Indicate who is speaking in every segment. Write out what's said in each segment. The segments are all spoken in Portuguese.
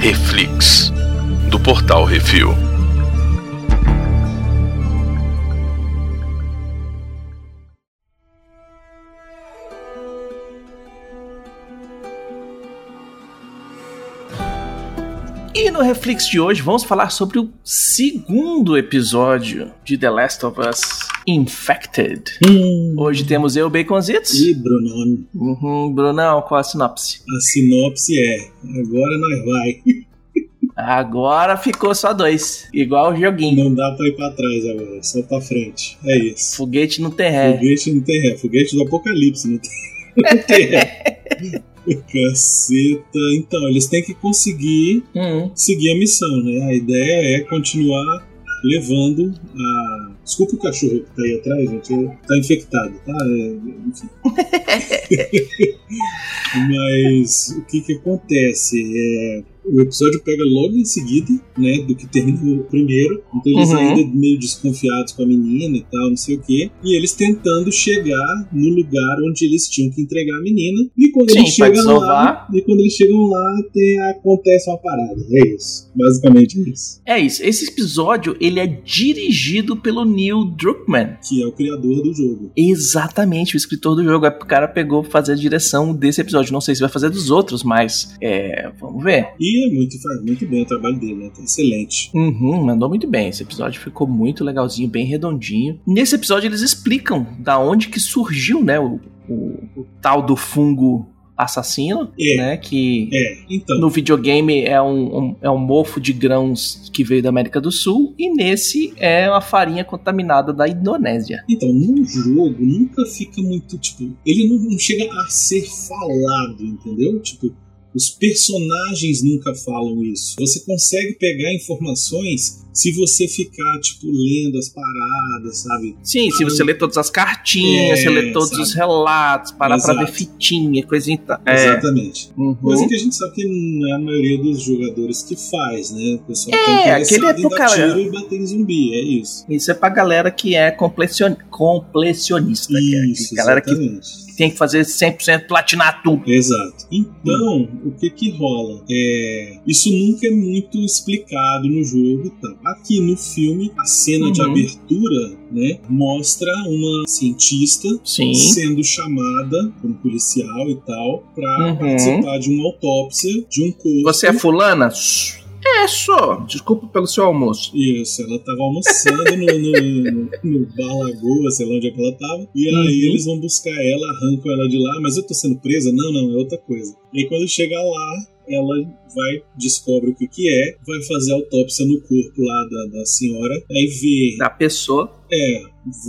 Speaker 1: Reflix, do portal Refil.
Speaker 2: E no Reflex de hoje vamos falar sobre o segundo episódio de The Last of Us Infected.
Speaker 3: Hum,
Speaker 2: Hoje temos eu, Baconzitos.
Speaker 3: e Bruno,
Speaker 2: Uhum, Brunão, qual a sinopse?
Speaker 3: a sinopse é: agora nós vai.
Speaker 2: Agora ficou só dois. Igual o joguinho.
Speaker 3: Não dá pra ir pra trás agora, só pra frente. É isso.
Speaker 2: Foguete no terreno.
Speaker 3: Foguete não tem ré, foguete do apocalipse não tem, não tem ré. Caceta. Então, eles têm que conseguir
Speaker 2: Hum,
Speaker 3: seguir a missão, né? A ideia é continuar levando a. Desculpa o cachorro que tá aí atrás, gente. ele Tá infectado, tá? É, enfim. Mas o que que acontece? É, o episódio pega logo em seguida, né? Do que termina o primeiro. Então eles
Speaker 2: Uhum.
Speaker 3: ainda meio desconfiados com a menina e tal, não sei o quê. E eles tentando chegar no lugar onde eles tinham que entregar a menina. E quando
Speaker 2: Sim,
Speaker 3: eles
Speaker 2: pra
Speaker 3: chegam lá,
Speaker 2: desovar.
Speaker 3: e quando eles chegam lá, tem, acontece uma parada. É isso. Basicamente é isso.
Speaker 2: É isso. Esse episódio ele é dirigido pelo Neil Druckmann.
Speaker 3: Que é o criador do jogo.
Speaker 2: Exatamente, o escritor do jogo. O cara pegou pra fazer a direção desse episódio. Não sei se vai fazer dos outros, mas é, vamos ver.
Speaker 3: E é muito, faz muito bem o trabalho dele, né? Tá excelente.
Speaker 2: Uhum, mandou muito bem. Esse episódio ficou muito legalzinho, bem redondinho. Nesse episódio eles explicam da onde que surgiu, né, o, o- o tal do fungo assassino,
Speaker 3: É.
Speaker 2: né, que
Speaker 3: É, então.
Speaker 2: no videogame é um, um- é um mofo de grãos que veio da América do Sul e nesse é uma farinha contaminada da Indonésia.
Speaker 3: Então, num jogo nunca fica muito, tipo, ele não, não chega a ser falado, entendeu? Tipo, os personagens nunca falam isso. Você consegue pegar informações se você ficar, tipo, lendo as paradas, sabe?
Speaker 2: Sim, se você lê todas as cartinhas,
Speaker 3: É,
Speaker 2: você lê todos
Speaker 3: sabe?
Speaker 2: os relatos, parar pra
Speaker 3: Exato.
Speaker 2: ver fitinha, coisinha. e tal. É.
Speaker 3: Exatamente. Coisa
Speaker 2: Uhum.
Speaker 3: que a gente sabe que não é a maioria dos jogadores que faz, né? O pessoal
Speaker 2: É,
Speaker 3: tá
Speaker 2: aquele é
Speaker 3: interessado em
Speaker 2: pro
Speaker 3: dar
Speaker 2: cara-
Speaker 3: tiro e bater em zumbi, é isso.
Speaker 2: Isso é pra galera que é complecion... completionista. que é
Speaker 3: Isso,
Speaker 2: aquela galera que
Speaker 3: exatamente.
Speaker 2: tem que fazer 100% platinar tudo.
Speaker 3: Exato. Então, o que que rola? É, isso nunca é muito explicado no jogo e tal. Aqui no filme, a cena de
Speaker 2: Uhum.
Speaker 3: abertura, né, mostra uma cientista
Speaker 2: Sim.
Speaker 3: sendo chamada como policial e tal para
Speaker 2: Uhum.
Speaker 3: participar de uma autópsia de um corpo.
Speaker 2: Você é fulana? Su- É, sou. Desculpa pelo seu almoço.
Speaker 3: Isso, ela tava almoçando no, no, no bar Lagoa, sei lá onde é que ela tava. E aí
Speaker 2: Uhum.
Speaker 3: eles vão buscar ela, arrancam ela de lá, mas eu tô sendo presa? Não, não, é outra coisa. E aí quando chega lá, ela vai, descobre o que que é, vai fazer autópsia no corpo lá da, da senhora, aí vê,
Speaker 2: Da pessoa.
Speaker 3: é,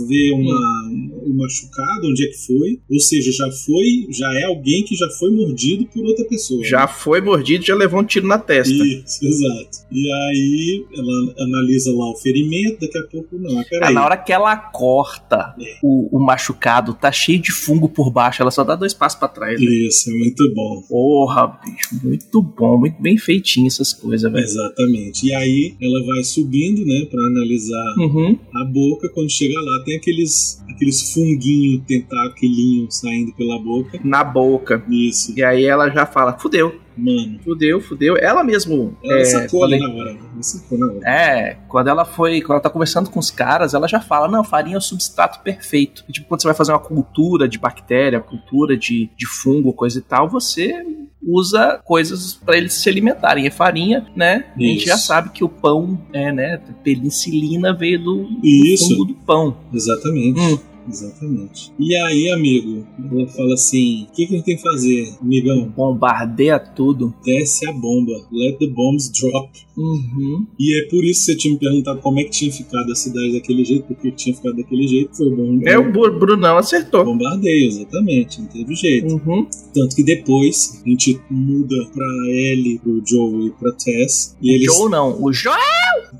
Speaker 3: vê uma,
Speaker 2: Uhum.
Speaker 3: um machucado, onde é que foi, ou seja, já foi, já é alguém que já foi mordido por outra pessoa.
Speaker 2: Já foi mordido, já levou um tiro na testa.
Speaker 3: Isso, exato. E aí ela analisa lá o ferimento, daqui a pouco, não, mas
Speaker 2: Ah,
Speaker 3: peraí.
Speaker 2: na hora que ela corta
Speaker 3: É.
Speaker 2: o, o machucado, tá cheio de fungo por baixo, ela só dá dois passos pra trás. né?
Speaker 3: Isso, é muito bom.
Speaker 2: Porra, bicho, muito bom, muito bem feitinho essas coisas, velho.
Speaker 3: Exatamente. E aí ela vai subindo, né, pra analisar
Speaker 2: Uhum.
Speaker 3: a boca. Quando chega lá, tem aqueles, aqueles funguinhos, tentaquilinhos saindo pela boca.
Speaker 2: Na boca.
Speaker 3: Isso,
Speaker 2: E aí ela já fala, fudeu,
Speaker 3: mano.
Speaker 2: fudeu, fudeu. Ela mesmo.
Speaker 3: Ela
Speaker 2: é,
Speaker 3: sacou
Speaker 2: quando-
Speaker 3: ali né? na hora. Ela sacou na hora.
Speaker 2: É, quando ela foi, quando ela tá conversando com os caras, ela já fala, não, farinha é o substrato perfeito. E, tipo, quando você vai fazer uma cultura de bactéria, cultura de, de fungo, coisa e tal, você usa coisas pra eles se alimentarem. É farinha, né? A gente
Speaker 3: Isso.
Speaker 2: já sabe que o pão é, né? Penicilina veio do, do
Speaker 3: Isso.
Speaker 2: fungo do pão.
Speaker 3: Exatamente.
Speaker 2: Hum.
Speaker 3: Exatamente. E aí, amigo, ela fala assim: o que, que a gente tem que fazer, amigão?
Speaker 2: Bombardeia tudo.
Speaker 3: Desce a bomba. Let the bombs drop.
Speaker 2: Uhum.
Speaker 3: E é por isso que você tinha me perguntado como é que tinha ficado a cidade daquele jeito, porque tinha ficado daquele jeito, foi bom.
Speaker 2: É o Bu- Brunão acertou.
Speaker 3: bombardeio, exatamente, não teve jeito.
Speaker 2: Uhum.
Speaker 3: Tanto que depois a gente muda pra Ellie, pro Joe e pra Tess. E eles.
Speaker 2: É Joe não. O Joe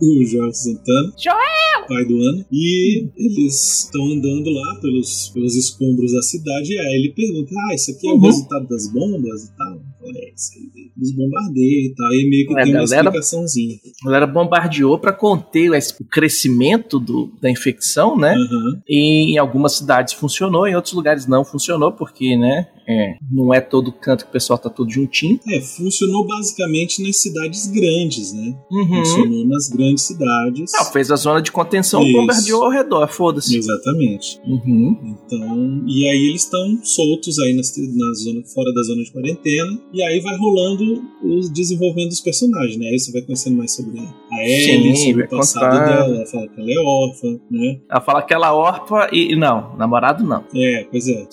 Speaker 3: O Joel Santana.
Speaker 2: Joel!
Speaker 3: Pai do Ana. E eles estão andando lá pelos, pelos escombros da cidade. E a Ellie pergunta: Ah, isso aqui é
Speaker 2: Uhum.
Speaker 3: o resultado das bombas e tal? Eu falei, é isso aí, dos bombardeios e tal. E meio que
Speaker 2: É,
Speaker 3: tem uma
Speaker 2: galera-
Speaker 3: explicaçãozinha.
Speaker 2: A galera bombardeou para conter o crescimento do- da infecção, né?
Speaker 3: Aham.
Speaker 2: E em algumas cidades funcionou, em outros lugares não funcionou, porque, né? é, não é todo canto que o pessoal tá todo juntinho.
Speaker 3: É, funcionou basicamente nas cidades grandes, né?
Speaker 2: Uhum.
Speaker 3: Funcionou nas grandes cidades.
Speaker 2: Não, fez a zona de contenção,
Speaker 3: Isso.
Speaker 2: bombardeou ao redor, foda-se.
Speaker 3: Exatamente.
Speaker 2: Uhum.
Speaker 3: Então, e aí eles estão soltos aí nas- na zona, fora da zona de quarentena, e aí vai rolando o desenvolvimento dos personagens, né? Aí você vai conhecendo mais sobre a Ellie,
Speaker 2: Sim,
Speaker 3: sobre o
Speaker 2: vai
Speaker 3: passado
Speaker 2: contar.
Speaker 3: dela, ela fala que ela é órfã, né?
Speaker 2: Ela fala aquela orpa e. e Não, namorado não.
Speaker 3: É, pois é.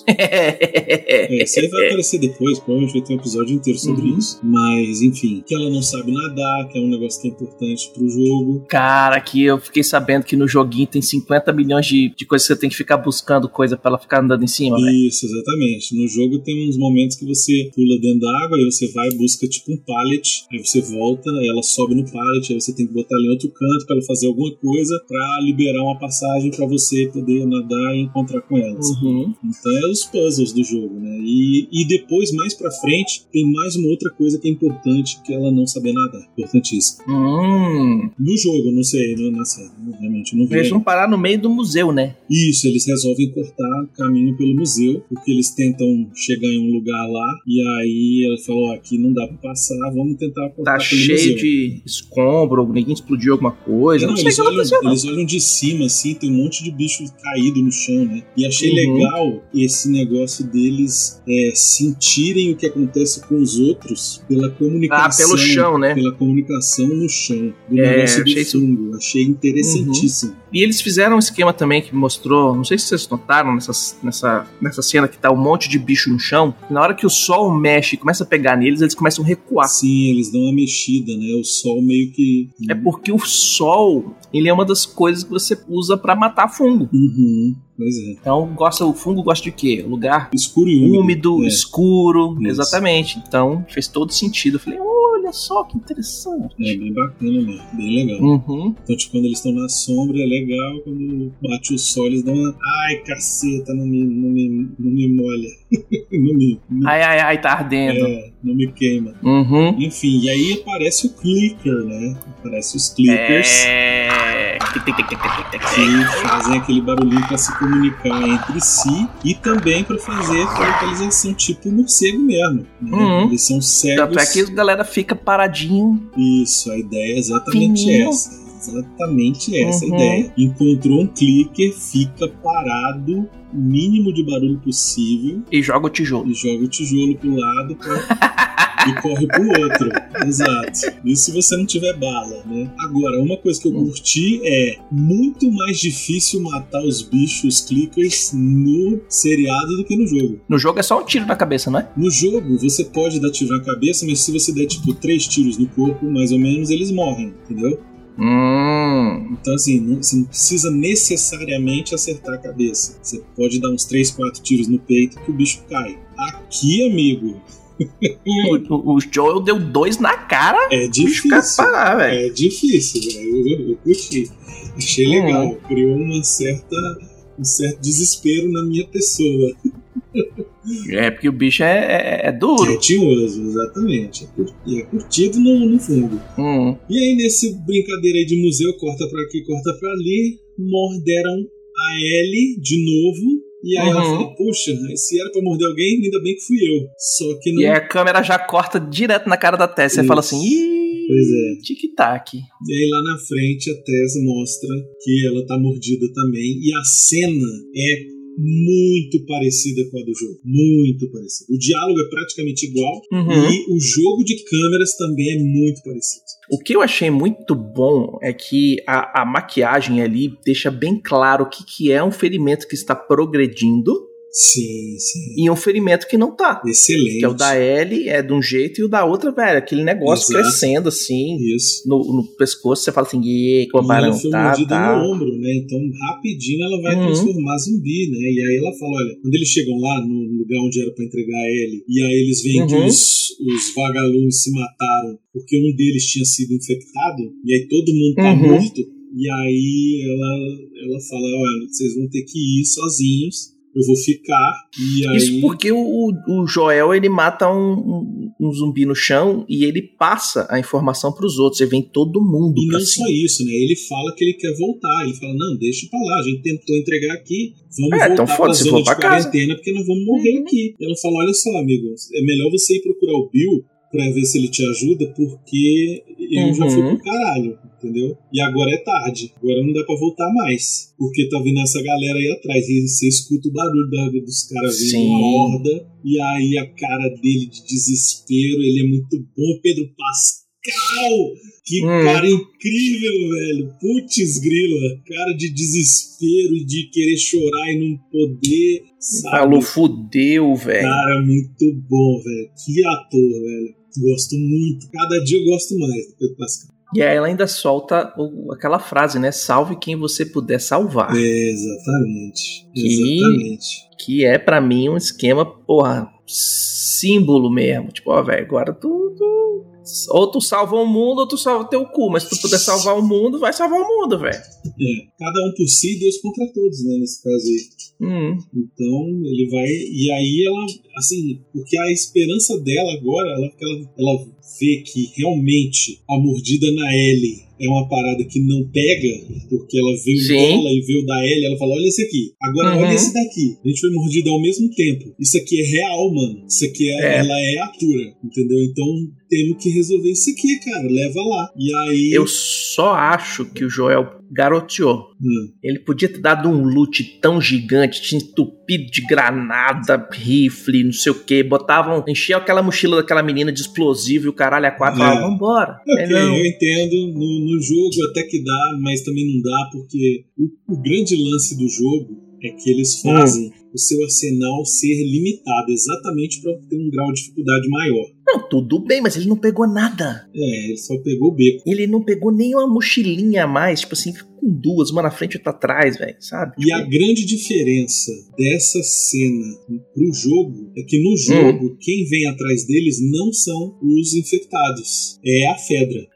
Speaker 3: É, isso aí vai aparecer depois, provavelmente vai ter um episódio inteiro sobre
Speaker 2: Uhum.
Speaker 3: isso. Mas, enfim, que ela não sabe nadar, que é um negócio que é importante pro jogo.
Speaker 2: Cara, que eu fiquei sabendo que no joguinho tem 50 milhões de, de coisas que você tem que ficar buscando coisa pra ela ficar andando em cima, velho.
Speaker 3: Isso, exatamente. No jogo tem uns momentos que você pula dentro da água, aí você vai e busca tipo um pallet, aí você volta, ela sobe no pallet, aí você tem que botar ela em outro canto pra ela fazer alguma coisa pra liberar uma passagem pra você poder nadar e encontrar com ela.
Speaker 2: Uhum.
Speaker 3: Então é os puzzles do jogo, né? E, e depois, mais pra frente, tem mais uma outra coisa que é importante que ela não saber nadar. Importantíssimo.
Speaker 2: Hum.
Speaker 3: No jogo, não sei, não, na série, realmente eu não vi.
Speaker 2: Eles vão parar no meio do museu, né?
Speaker 3: Isso, eles resolvem cortar o caminho pelo museu, porque eles tentam chegar em um lugar lá, e aí ela falou: ó, aqui não dá pra passar, vamos tentar cortar
Speaker 2: Tá
Speaker 3: pelo
Speaker 2: cheio
Speaker 3: museu.
Speaker 2: de escombro, ninguém explodiu alguma coisa.
Speaker 3: Não,
Speaker 2: Não, sei o
Speaker 3: eles,
Speaker 2: que ela
Speaker 3: olham,
Speaker 2: aconteceu, não.
Speaker 3: eles olham de cima, assim, tem um monte de bicho caído no chão, né? E achei
Speaker 2: Uhum.
Speaker 3: legal esse negócio deles é, sentirem o que acontece com os outros pela
Speaker 2: Ah,
Speaker 3: comunicação.
Speaker 2: pelo chão, né?
Speaker 3: Pela comunicação no chão. Do
Speaker 2: É,
Speaker 3: negócio do
Speaker 2: achei isso-
Speaker 3: fungo. Achei interessantíssimo.
Speaker 2: E eles fizeram um esquema também que mostrou, não sei se vocês notaram nessa, nessa, nessa cena que tá um monte de bicho no chão. Na hora que o sol mexe e começa a pegar neles, eles começam a recuar.
Speaker 3: Sim, eles dão uma mexida, né? O sol meio que.
Speaker 2: É porque o sol, ele é uma das coisas que você usa pra matar fungo.
Speaker 3: Uhum, pois é.
Speaker 2: Então, gosta o fungo gosta de quê? Lugar
Speaker 3: Escuro e úmido.
Speaker 2: úmido,
Speaker 3: é.
Speaker 2: escuro,
Speaker 3: Isso.
Speaker 2: exatamente. Então, fez todo sentido. Eu falei, olha só que interessante.
Speaker 3: É bem bacana, né? Bem legal.
Speaker 2: Uhum.
Speaker 3: Então, tipo, quando eles estão na sombra é legal, quando bate o sol eles dão uma. Ai, caceta, não me, não me, não me molha. não, me, não,
Speaker 2: Ai, ai, ai, tá ardendo.
Speaker 3: é, não me queima.
Speaker 2: Uhum.
Speaker 3: Enfim, e aí aparece o clicker, né? Aparece os clickers.
Speaker 2: É. Tic, tic, tic, tic, tic, tic, tic.
Speaker 3: que fazem aquele barulhinho para se comunicar entre si e também para fazer a localização tipo morcego mesmo. né?
Speaker 2: Uhum.
Speaker 3: Eles são cegos.
Speaker 2: Tanto é que a galera fica paradinho.
Speaker 3: Isso, a ideia é exatamente
Speaker 2: Fininho.
Speaker 3: essa. Exatamente essa
Speaker 2: Uhum.
Speaker 3: a ideia. Encontrou um clicker, fica parado, o mínimo de barulho possível,
Speaker 2: E joga o tijolo.
Speaker 3: e joga o tijolo pro lado pra- e corre pro outro. Exato. Isso se você não tiver bala, né? Agora, uma coisa que eu curti é muito mais difícil matar os bichos clickers no seriado do que no jogo.
Speaker 2: No jogo é só um tiro na cabeça, não é?
Speaker 3: No jogo, você pode dar tiro na cabeça, mas se você der, tipo, três tiros no corpo, mais ou menos, eles morrem, entendeu?
Speaker 2: Hum.
Speaker 3: Então, assim, não, você não precisa necessariamente acertar a cabeça. Você pode dar uns três, quatro tiros no peito que o bicho cai. Aqui, amigo,
Speaker 2: O, o- o Joel deu dois na cara.
Speaker 3: é
Speaker 2: e Os caras
Speaker 3: difícil.
Speaker 2: pararam, velho.
Speaker 3: É difícil, velho. Eu, eu, eu curti. Achei
Speaker 2: Hum.
Speaker 3: legal. Criou uma certa, um certo desespero na minha pessoa.
Speaker 2: É, porque o bicho é, é- é duro.
Speaker 3: Tinhoso, um exatamente. É cur- E é curtido no, no fundo.
Speaker 2: Hum.
Speaker 3: E aí, nesse brincadeira aí de museu, corta pra aqui, corta pra ali, morderam a Ellie de novo. E aí ela
Speaker 2: Uhum.
Speaker 3: fala, poxa, se era pra morder alguém, ainda bem que fui eu. Só que não
Speaker 2: E é- aí a câmera já corta direto na cara da Tess. Você
Speaker 3: Isso.
Speaker 2: fala assim, ih.
Speaker 3: Pois é.
Speaker 2: Tic-tac.
Speaker 3: E aí lá na frente a Tess mostra que ela tá mordida também. E a cena é muito parecida com a do jogo. Muito parecida. O diálogo é praticamente igual.
Speaker 2: Uhum.
Speaker 3: E o jogo de câmeras também é muito parecido.
Speaker 2: O que eu achei muito bom é que a, a maquiagem ali deixa bem claro o que, que é um ferimento que está progredindo
Speaker 3: Sim, sim.
Speaker 2: e um ferimento que não tá.
Speaker 3: Excelente.
Speaker 2: Que é o da L é de um jeito e o da outra, velho, aquele negócio
Speaker 3: Exato.
Speaker 2: crescendo assim
Speaker 3: Isso.
Speaker 2: no, no pescoço. Você fala assim, "Ih,
Speaker 3: E ela
Speaker 2: comparão,
Speaker 3: foi
Speaker 2: tá,
Speaker 3: mordida
Speaker 2: tá.
Speaker 3: no ombro, né? Então, rapidinho ela vai
Speaker 2: Uhum.
Speaker 3: transformar zumbi, né? E aí ela fala: olha, quando eles chegam lá no lugar onde era pra entregar a Ellie, e aí eles veem que
Speaker 2: Uhum.
Speaker 3: os, os vagalumes se mataram porque um deles tinha sido infectado, e aí todo mundo tá
Speaker 2: Uhum.
Speaker 3: morto. E aí ela, ela fala: olha, vocês vão ter que ir sozinhos. eu vou ficar. né, E aí...
Speaker 2: Isso porque o, o Joel ele mata um, um, um zumbi no chão e ele passa a informação para os outros. Ele vem todo mundo.
Speaker 3: E
Speaker 2: pra
Speaker 3: não
Speaker 2: cima.
Speaker 3: só isso, né? Ele fala que ele quer voltar. Ele fala, não, deixa pra lá, a gente tentou entregar aqui, vamos
Speaker 2: É, então
Speaker 3: voltar pra
Speaker 2: foda-se,
Speaker 3: zona
Speaker 2: vou
Speaker 3: de
Speaker 2: pra casa.
Speaker 3: quarentena porque nós vamos morrer aqui. E ela fala, olha só, amigo, é melhor você ir procurar o Bill pra ver se ele te ajuda, porque ele já
Speaker 2: Uhum.
Speaker 3: foi pro caralho, entendeu? E agora é tarde, agora não dá pra voltar mais, porque tá vindo essa galera aí atrás, e você escuta o barulho da- dos caras vindo
Speaker 2: Sim.
Speaker 3: uma horda, e aí a cara dele de desespero, ele é muito bom, Pedro Pascal! Que
Speaker 2: Hum.
Speaker 3: cara incrível, velho. Putz, grila. Cara de desespero e de querer chorar e não poder. Sabe?
Speaker 2: Falou, fudeu, velho.
Speaker 3: Cara, é muito bom, velho. Que ator, velho. Gosto muito. Cada dia eu gosto mais do Pedro Pascal.
Speaker 2: E aí ela ainda solta o- aquela frase, né? Salve quem você puder salvar.
Speaker 3: É, exatamente.
Speaker 2: Ah. Que-
Speaker 3: Exatamente.
Speaker 2: Que é pra mim um esquema, porra, símbolo mesmo. Tipo, ó, velho, agora tu, tu- Ou tu salva o mundo ou tu salva teu cu. Mas se tu puder salvar o mundo, vai salvar o mundo, velho.
Speaker 3: É. Cada um por si, Deus contra todos, né? Nesse caso aí.
Speaker 2: Hum,
Speaker 3: Então ele vai. E aí ela, assim, porque a esperança dela agora, ela, ela, ela vê que realmente a mordida na Ellie é uma parada que não pega, porque ela vê o
Speaker 2: Sim.
Speaker 3: dela e vê o da Ellie, ela fala: olha esse aqui, agora
Speaker 2: Uhum.
Speaker 3: olha esse daqui. A gente foi mordido ao mesmo tempo. Isso aqui é real, mano. Isso aqui é,
Speaker 2: É.
Speaker 3: ela é a pura, entendeu? Então temos que resolver isso aqui, cara. Leva lá. E aí.
Speaker 2: eu só acho que o Joel garoteou.
Speaker 3: Hum.
Speaker 2: Ele podia ter dado um loot tão gigante, tinha entupido de granada, rifle, não sei o que. Botavam, enchiam aquela mochila daquela menina de explosivo e o caralho a quatro.
Speaker 3: É.
Speaker 2: Falava, vambora.
Speaker 3: Ok,
Speaker 2: É, não.
Speaker 3: eu entendo. No, no jogo até que dá, mas também não dá, porque o, o grande lance do jogo é que
Speaker 2: Hum.
Speaker 3: eles
Speaker 2: assim.
Speaker 3: fazem o seu arsenal ser limitado, exatamente para ter um grau de dificuldade maior.
Speaker 2: Não, tudo bem, mas ele não pegou nada.
Speaker 3: É, ele só pegou o beco.
Speaker 2: Ele não pegou nenhuma mochilinha a mais, tipo assim, com duas, uma na frente e outra atrás, velho, sabe?
Speaker 3: E a grande diferença dessa cena pro jogo é que no jogo,
Speaker 2: Hum.
Speaker 3: quem vem atrás deles não são os infectados. É a Fedra,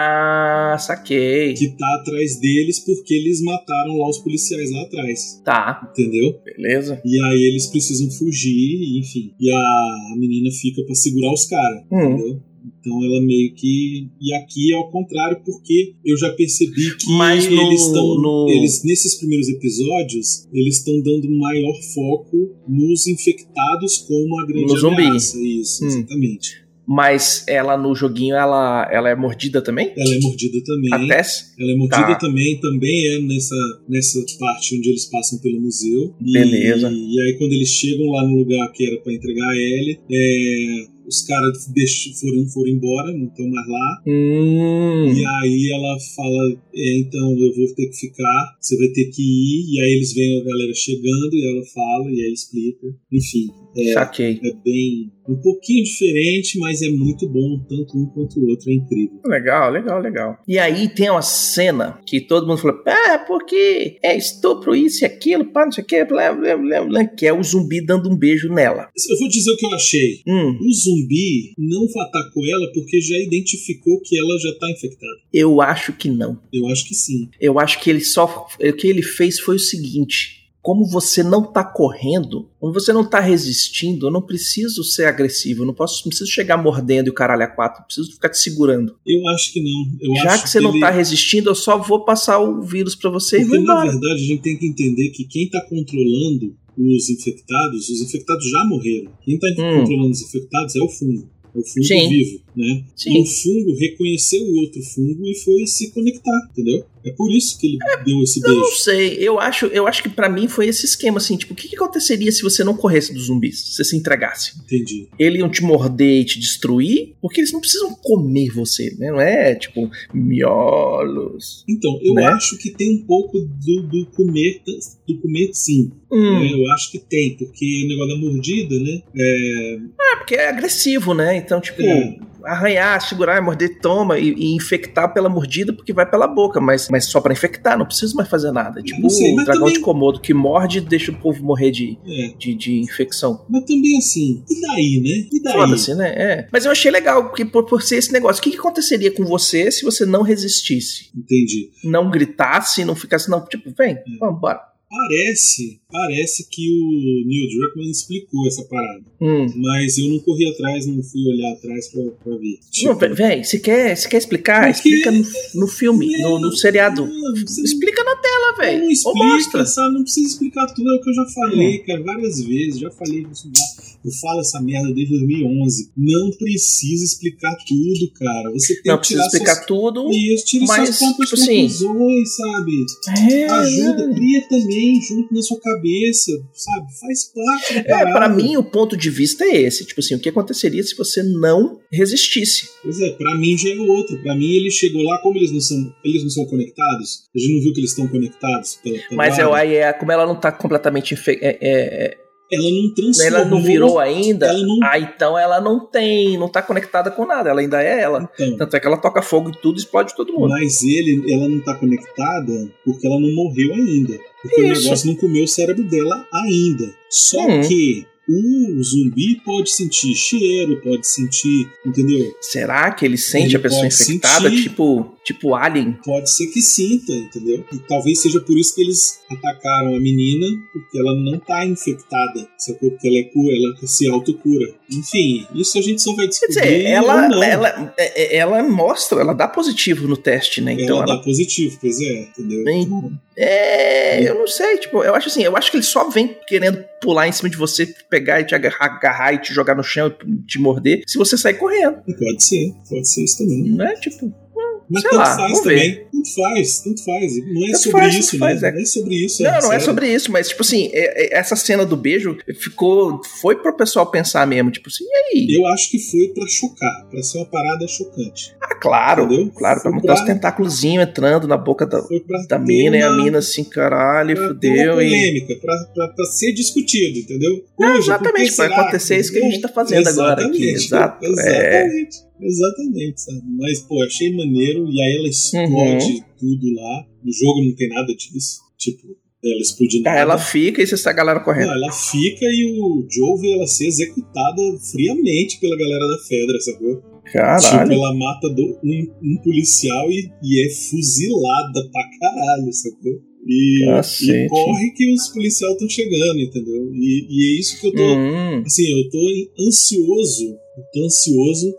Speaker 2: Ah, saquei.
Speaker 3: que tá atrás deles porque eles mataram lá os policiais lá atrás.
Speaker 2: Tá,
Speaker 3: Entendeu?
Speaker 2: beleza.
Speaker 3: E aí eles precisam fugir, enfim. E a, a menina fica pra segurar os caras,
Speaker 2: Hum.
Speaker 3: entendeu? Então ela meio que. E aqui é ao contrário, porque eu já percebi que
Speaker 2: Mas no-
Speaker 3: eles estão.
Speaker 2: no-
Speaker 3: Eles, nesses primeiros episódios, eles estão dando maior foco nos infectados como a grande
Speaker 2: No zumbi.
Speaker 3: ameaça. Isso,
Speaker 2: Hum.
Speaker 3: exatamente.
Speaker 2: Mas ela no joguinho, ela, ela é mordida também?
Speaker 3: Ela é mordida também.
Speaker 2: A Tess?
Speaker 3: Ela é mordida
Speaker 2: Tá.
Speaker 3: também, também é nessa, nessa parte onde eles passam pelo museu. E-
Speaker 2: Beleza.
Speaker 3: E, aí quando eles chegam lá no lugar que era pra entregar a Ellie, é, os caras deix- foram, foram embora, não estão mais lá.
Speaker 2: Hum.
Speaker 3: E aí ela fala, é, então eu vou ter que ficar, você vai ter que ir. E aí eles veem a galera chegando e ela fala e aí explica. Enfim, é,
Speaker 2: Saquei.
Speaker 3: é bem um pouquinho diferente, mas é muito bom, tanto um quanto o outro, é incrível.
Speaker 2: Legal, legal, legal. E aí tem uma cena que todo mundo falou, ah, porque é estupro isso e aquilo, pá, não sei o que, blá, blá, blá, blá, que é o zumbi dando um beijo nela.
Speaker 3: Eu vou dizer o que eu achei.
Speaker 2: Hum,
Speaker 3: O zumbi não atacou ela porque já identificou que ela já tá infectada.
Speaker 2: eu acho que não.
Speaker 3: Eu acho que sim.
Speaker 2: Eu acho que ele só. O que ele fez foi o seguinte: como você não tá correndo, como você não tá resistindo, eu não preciso ser agressivo, eu não posso, não preciso chegar mordendo e o caralho a quatro, eu preciso ficar te segurando.
Speaker 3: Eu acho que não. Eu
Speaker 2: Já
Speaker 3: acho
Speaker 2: que você não
Speaker 3: ele-
Speaker 2: tá resistindo, eu só vou passar o vírus pra você e vou
Speaker 3: Porque é na
Speaker 2: embora.
Speaker 3: verdade a gente tem que entender que quem tá controlando os infectados, os infectados já morreram. Quem tá
Speaker 2: Hum.
Speaker 3: controlando os infectados é o fungo. É o fungo
Speaker 2: Sim.
Speaker 3: vivo, né? E
Speaker 2: Sim.
Speaker 3: o fungo reconheceu o outro fungo e foi se conectar, entendeu? É por isso que ele deu esse
Speaker 2: Eu não
Speaker 3: beijo.
Speaker 2: sei, eu acho, eu acho que pra mim foi esse esquema assim, tipo, o que, que aconteceria se você não corresse dos zumbis, se você se entregasse?
Speaker 3: Entendi.
Speaker 2: eles iam te morder e te destruir, porque eles não precisam comer você, né? Não é tipo miolos.
Speaker 3: Então, eu
Speaker 2: Né?
Speaker 3: acho que tem um pouco do, do comer, do comer sim.
Speaker 2: Hum.
Speaker 3: É, eu acho que tem, porque o negócio da mordida, né? É,
Speaker 2: Porque é agressivo, né? Então, tipo,
Speaker 3: É.
Speaker 2: arranhar, segurar, morder, toma e, e infectar pela mordida porque vai pela boca, mas, mas só pra infectar, não precisa mais fazer nada. Tipo,
Speaker 3: não sei,
Speaker 2: o
Speaker 3: mas
Speaker 2: dragão
Speaker 3: também-
Speaker 2: de Komodo que morde e deixa o povo morrer de,
Speaker 3: é.
Speaker 2: de, de infecção.
Speaker 3: Mas também assim, e daí, né? E daí?
Speaker 2: Foda-se, né? É. Mas eu achei legal, porque por, por ser esse negócio, o que, que aconteceria com você se você não resistisse?
Speaker 3: Entendi. Hum.
Speaker 2: Não gritasse, não ficasse, não, tipo, vem, vambora.
Speaker 3: Parece Parece que o Neil Druckmann explicou essa parada.
Speaker 2: Hum.
Speaker 3: Mas eu não corri atrás, não fui olhar atrás pra, pra ver.
Speaker 2: Não, vé- véi, você quer, você quer explicar?
Speaker 3: Tipo, Por quê?
Speaker 2: Explica no, no filme, no, no seriado.
Speaker 3: Não, você não-
Speaker 2: Explica na tela,
Speaker 3: Não,
Speaker 2: velho. Ou
Speaker 3: explica,
Speaker 2: mostra. Hum.
Speaker 3: sabe? Não precisa explicar tudo, é o que eu já falei, cara, várias vezes. Já falei isso. já. Eu falo essa merda desde 2011. Não precisa explicar tudo, cara. Você tem
Speaker 2: Não
Speaker 3: que
Speaker 2: precisa
Speaker 3: tirar
Speaker 2: explicar
Speaker 3: suas...
Speaker 2: tudo.
Speaker 3: Isso, tira
Speaker 2: mas,
Speaker 3: suas próprias
Speaker 2: tipo assim,
Speaker 3: conclusões, sabe?
Speaker 2: É,
Speaker 3: Ajuda, cria também junto na sua cabeça, sabe? Faz parte da
Speaker 2: É,
Speaker 3: parada.
Speaker 2: pra mim o ponto de vista é esse. Tipo assim, o que aconteceria se você não resistisse?
Speaker 3: Pois é, pra mim já é outro. Pra mim ele chegou lá, como eles não são, eles não são conectados, a gente não viu que eles estão conectados pela, pela
Speaker 2: Mas é o
Speaker 3: área.
Speaker 2: aí é como ela não tá completamente infe- é- é- é-
Speaker 3: ela não transformou.
Speaker 2: ela não virou
Speaker 3: é
Speaker 2: ainda,
Speaker 3: Ela não-
Speaker 2: ah, então ela não tem, não tá conectada com nada, ela ainda é ela.
Speaker 3: Então,
Speaker 2: Tanto é que ela toca fogo e tudo explode todo mundo.
Speaker 3: Mas ele, ela não tá conectada porque ela não morreu ainda. Porque o
Speaker 2: Isso.
Speaker 3: negócio não comeu o cérebro dela ainda. Só
Speaker 2: Hum.
Speaker 3: que o zumbi pode sentir cheiro, pode sentir, entendeu?
Speaker 2: Será que ele sente
Speaker 3: Ele
Speaker 2: a pessoa
Speaker 3: pode
Speaker 2: infectada,
Speaker 3: sentir.
Speaker 2: tipo, tipo alien?
Speaker 3: Pode ser que sinta, entendeu? E talvez seja por isso que eles atacaram a menina, porque ela não tá infectada. Sacou? Porque ela é cura, ela se autocura. Enfim, isso a gente só vai
Speaker 2: Quer
Speaker 3: descobrir.
Speaker 2: dizer,
Speaker 3: ou não.
Speaker 2: ela, ela, é- é- ela mostra, ela dá positivo no teste, né? Então
Speaker 3: Ela
Speaker 2: ela
Speaker 3: dá positivo, pois é, entendeu?
Speaker 2: Bem, É, eu não sei, tipo, eu acho assim, eu acho que ele só vem querendo pular em cima de você, pegar e te agarrar, agarrar e te jogar no chão e te morder, se você sair correndo,
Speaker 3: Pode ser, pode ser isso também.
Speaker 2: né? Tipo,
Speaker 3: Mas
Speaker 2: Sei
Speaker 3: tanto
Speaker 2: lá,
Speaker 3: faz
Speaker 2: vamos
Speaker 3: também. Tanto faz, tanto faz. Não é
Speaker 2: Tanto
Speaker 3: sobre
Speaker 2: faz,
Speaker 3: isso,
Speaker 2: tanto
Speaker 3: né?
Speaker 2: faz, é.
Speaker 3: Não é sobre isso.
Speaker 2: não, não é
Speaker 3: sério.
Speaker 2: sobre isso, mas tipo assim, é- é- essa cena do beijo ficou, foi pro pessoal pensar mesmo, tipo assim, e aí?
Speaker 3: Eu acho que foi pra chocar, pra ser uma parada chocante.
Speaker 2: ah, claro,
Speaker 3: Entendeu?
Speaker 2: claro, pra
Speaker 3: Foi
Speaker 2: mostrar os
Speaker 3: pra-
Speaker 2: tentáculozinhos entrando na boca da,
Speaker 3: Foi pra
Speaker 2: da
Speaker 3: ter
Speaker 2: mina, e a
Speaker 3: uma-
Speaker 2: mina assim, caralho,
Speaker 3: pra ter uma
Speaker 2: fudeu, e...
Speaker 3: polêmica, pra, pra- pra ser discutido, entendeu?
Speaker 2: Não,
Speaker 3: Hoje, por
Speaker 2: exatamente,
Speaker 3: que
Speaker 2: vai
Speaker 3: será
Speaker 2: acontecer
Speaker 3: que-
Speaker 2: isso que a gente tá fazendo agora aqui, exato,
Speaker 3: Exatamente,
Speaker 2: é.
Speaker 3: exatamente, exatamente, sabe? Mas, pô, achei maneiro, e
Speaker 2: Uhum.
Speaker 3: aí ela explode tudo lá. No jogo não tem nada disso. Tipo, ela explode nada.
Speaker 2: Aí É, ela fica e você sai a galera correndo.
Speaker 3: Não, ela fica e o Joe vê ela ser executada friamente pela galera da Fedra, sacou?
Speaker 2: Caralho.
Speaker 3: Tipo, ela mata do- um, um policial e, e é fuzilada pra caralho, sacou? E,
Speaker 2: Cacete.
Speaker 3: e corre que os policiais estão chegando, entendeu? E, e é isso que eu tô.
Speaker 2: Hum,
Speaker 3: Assim, eu tô ansioso. Eu tô ansioso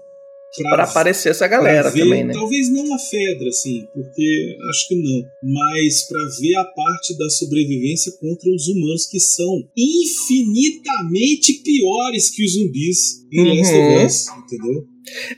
Speaker 3: pra,
Speaker 2: pra aparecer essa
Speaker 3: pra
Speaker 2: galera
Speaker 3: ver-
Speaker 2: também, né?
Speaker 3: Talvez não a Fedra, assim, porque acho que não. Mas pra ver a parte da sobrevivência contra os humanos, que são infinitamente piores que os zumbis em
Speaker 2: Uhum.
Speaker 3: Last of Us, entendeu?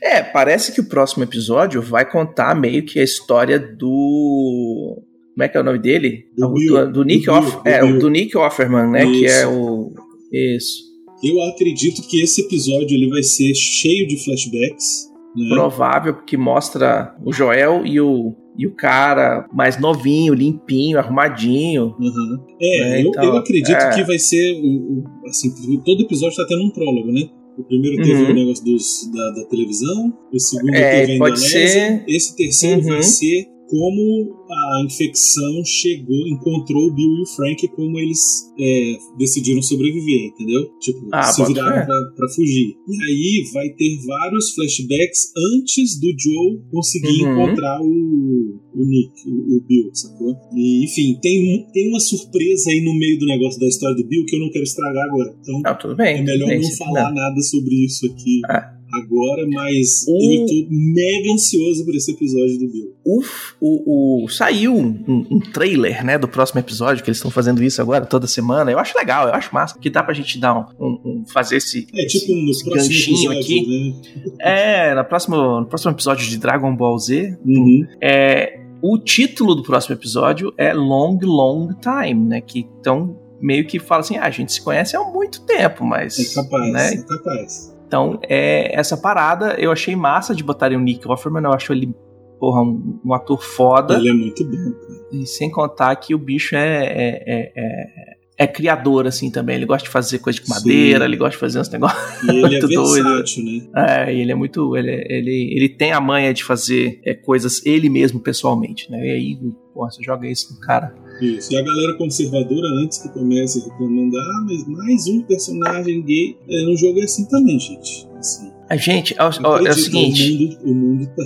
Speaker 2: É, parece que o próximo episódio vai contar meio que a história do. Como é que é o nome dele?
Speaker 3: Do
Speaker 2: O-
Speaker 3: Bill.
Speaker 2: do Nick
Speaker 3: Do
Speaker 2: Off-
Speaker 3: Bill, do
Speaker 2: é,
Speaker 3: Bill.
Speaker 2: o do Nick Offerman, né? Que é
Speaker 3: Isso.
Speaker 2: o. Isso.
Speaker 3: Eu acredito que esse episódio ele vai ser cheio de flashbacks. Né?
Speaker 2: Provável, porque mostra o Joel e o. E o cara mais novinho, limpinho, arrumadinho.
Speaker 3: Aham. É,
Speaker 2: É,
Speaker 3: eu,
Speaker 2: então,
Speaker 3: eu acredito
Speaker 2: é.
Speaker 3: que vai ser. o- o- assim, todo episódio tá tendo um prólogo, né? O primeiro teve
Speaker 2: Uhum.
Speaker 3: o negócio dos, da, da televisão, o segundo
Speaker 2: É,
Speaker 3: teve a
Speaker 2: pode
Speaker 3: Indonésia,
Speaker 2: ser.
Speaker 3: esse terceiro
Speaker 2: Uhum.
Speaker 3: vai ser como a infecção chegou, encontrou o Bill e o Frank e como eles é, decidiram sobreviver, entendeu? Tipo,
Speaker 2: Ah,
Speaker 3: se
Speaker 2: bota fé.
Speaker 3: viraram pra, pra fugir. E aí vai ter vários flashbacks antes do Joe conseguir
Speaker 2: Uhum.
Speaker 3: encontrar o, o Nick, o, o Bill, sacou? E, enfim, tem, um- tem uma surpresa aí no meio do negócio da história do Bill que eu não quero estragar agora. Então
Speaker 2: Não, tudo bem.
Speaker 3: é
Speaker 2: tudo
Speaker 3: melhor
Speaker 2: bem,
Speaker 3: não
Speaker 2: sim.
Speaker 3: falar nada sobre isso aqui.
Speaker 2: né? Ah. Um
Speaker 3: Agora, mas
Speaker 2: O-
Speaker 3: eu tô mega ansioso por esse episódio do Bill.
Speaker 2: o, o, o- saiu um, um- um trailer, né, do próximo episódio, que eles estão fazendo isso agora toda semana. Eu acho legal, eu acho massa, que dá pra gente dar um, um- um- fazer esse,
Speaker 3: É tipo
Speaker 2: esse,
Speaker 3: no
Speaker 2: esse
Speaker 3: próximo
Speaker 2: ganchinho
Speaker 3: episódio,
Speaker 2: aqui.
Speaker 3: né?
Speaker 2: É, na próxima, no próximo episódio de Dragon Ball Z,
Speaker 3: Uhum.
Speaker 2: é, o título do próximo episódio é Long Long Time, né, que então meio que fala assim, ah, a gente se conhece há muito tempo, mas...
Speaker 3: É capaz,
Speaker 2: né,
Speaker 3: é capaz.
Speaker 2: Então, é, essa parada eu achei massa de botarem o Nick Offerman, eu acho ele, porra, um, um ator foda.
Speaker 3: Ele é muito bom, cara.
Speaker 2: E sem contar que o bicho é, é, é, é- é criador, assim, também. Ele gosta de fazer coisa com madeira,
Speaker 3: Sim.
Speaker 2: ele gosta de fazer uns negócios.
Speaker 3: E ele é
Speaker 2: Muito doido.
Speaker 3: versátil, né?
Speaker 2: É, e ele é muito. Ele, ele, ele tem a manha de fazer é, coisas ele mesmo pessoalmente, né? E aí, porra, você joga isso no cara.
Speaker 3: Isso. E a galera conservadora, antes que comece reclamando, ah, mas mais um personagem gay. É, no jogo é assim também, gente. Assim,
Speaker 2: A gente, ó, ó, é o
Speaker 3: acredita,
Speaker 2: seguinte.
Speaker 3: O mundo, o, mundo tá,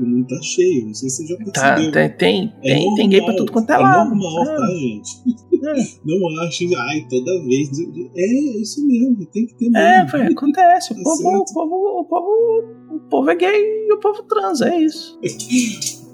Speaker 3: o mundo tá cheio, não sei se você já
Speaker 2: Tá,
Speaker 3: percebeu.
Speaker 2: tem, tem,
Speaker 3: É
Speaker 2: tem, tem gay pra tudo quanto é
Speaker 3: é
Speaker 2: lado.
Speaker 3: normal,
Speaker 2: Ah,
Speaker 3: tá, gente? Não acho, ai, toda vez. É, é isso mesmo, tá? tem que ter mesmo.
Speaker 2: É, foi, acontece. O
Speaker 3: Tá
Speaker 2: povo, o
Speaker 3: certo.
Speaker 2: povo, o povo, o povo é gay e o povo transa, é isso.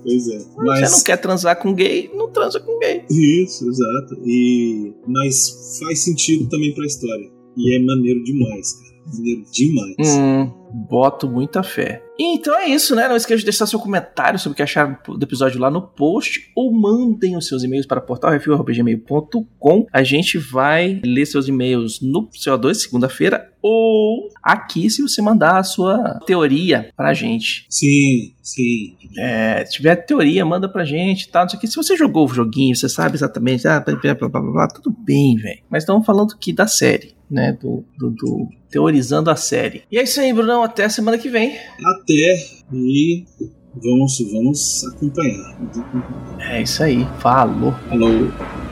Speaker 3: Pois é.
Speaker 2: Você não
Speaker 3: Mas.
Speaker 2: quer transar com gay, não transa com gay.
Speaker 3: Isso, exato. E, mas faz sentido também pra história. E é maneiro demais, cara. Maneiro demais.
Speaker 2: Hum, boto muita fé. Então é isso, né? Não esqueça de deixar seu comentário sobre o que acharam do episódio lá no post ou mandem os seus e-mails para portalrefil.gmail.com. A gente vai ler seus e-mails no CO2 segunda-feira ou aqui se você mandar a sua teoria pra gente.
Speaker 3: Sim, sim.
Speaker 2: É, se tiver teoria, manda pra gente e tal, não sei o que. Se você jogou o joguinho, você sabe exatamente, ah, blá, blá, blá, blá, blá, tudo bem, velho. Mas estamos falando aqui da série, né? Do, do, do- teorizando a série. E é isso aí, Brunão. Até semana que vem.
Speaker 3: Até e vamos, vamos acompanhar.
Speaker 2: É isso aí. Falou.
Speaker 3: Falou.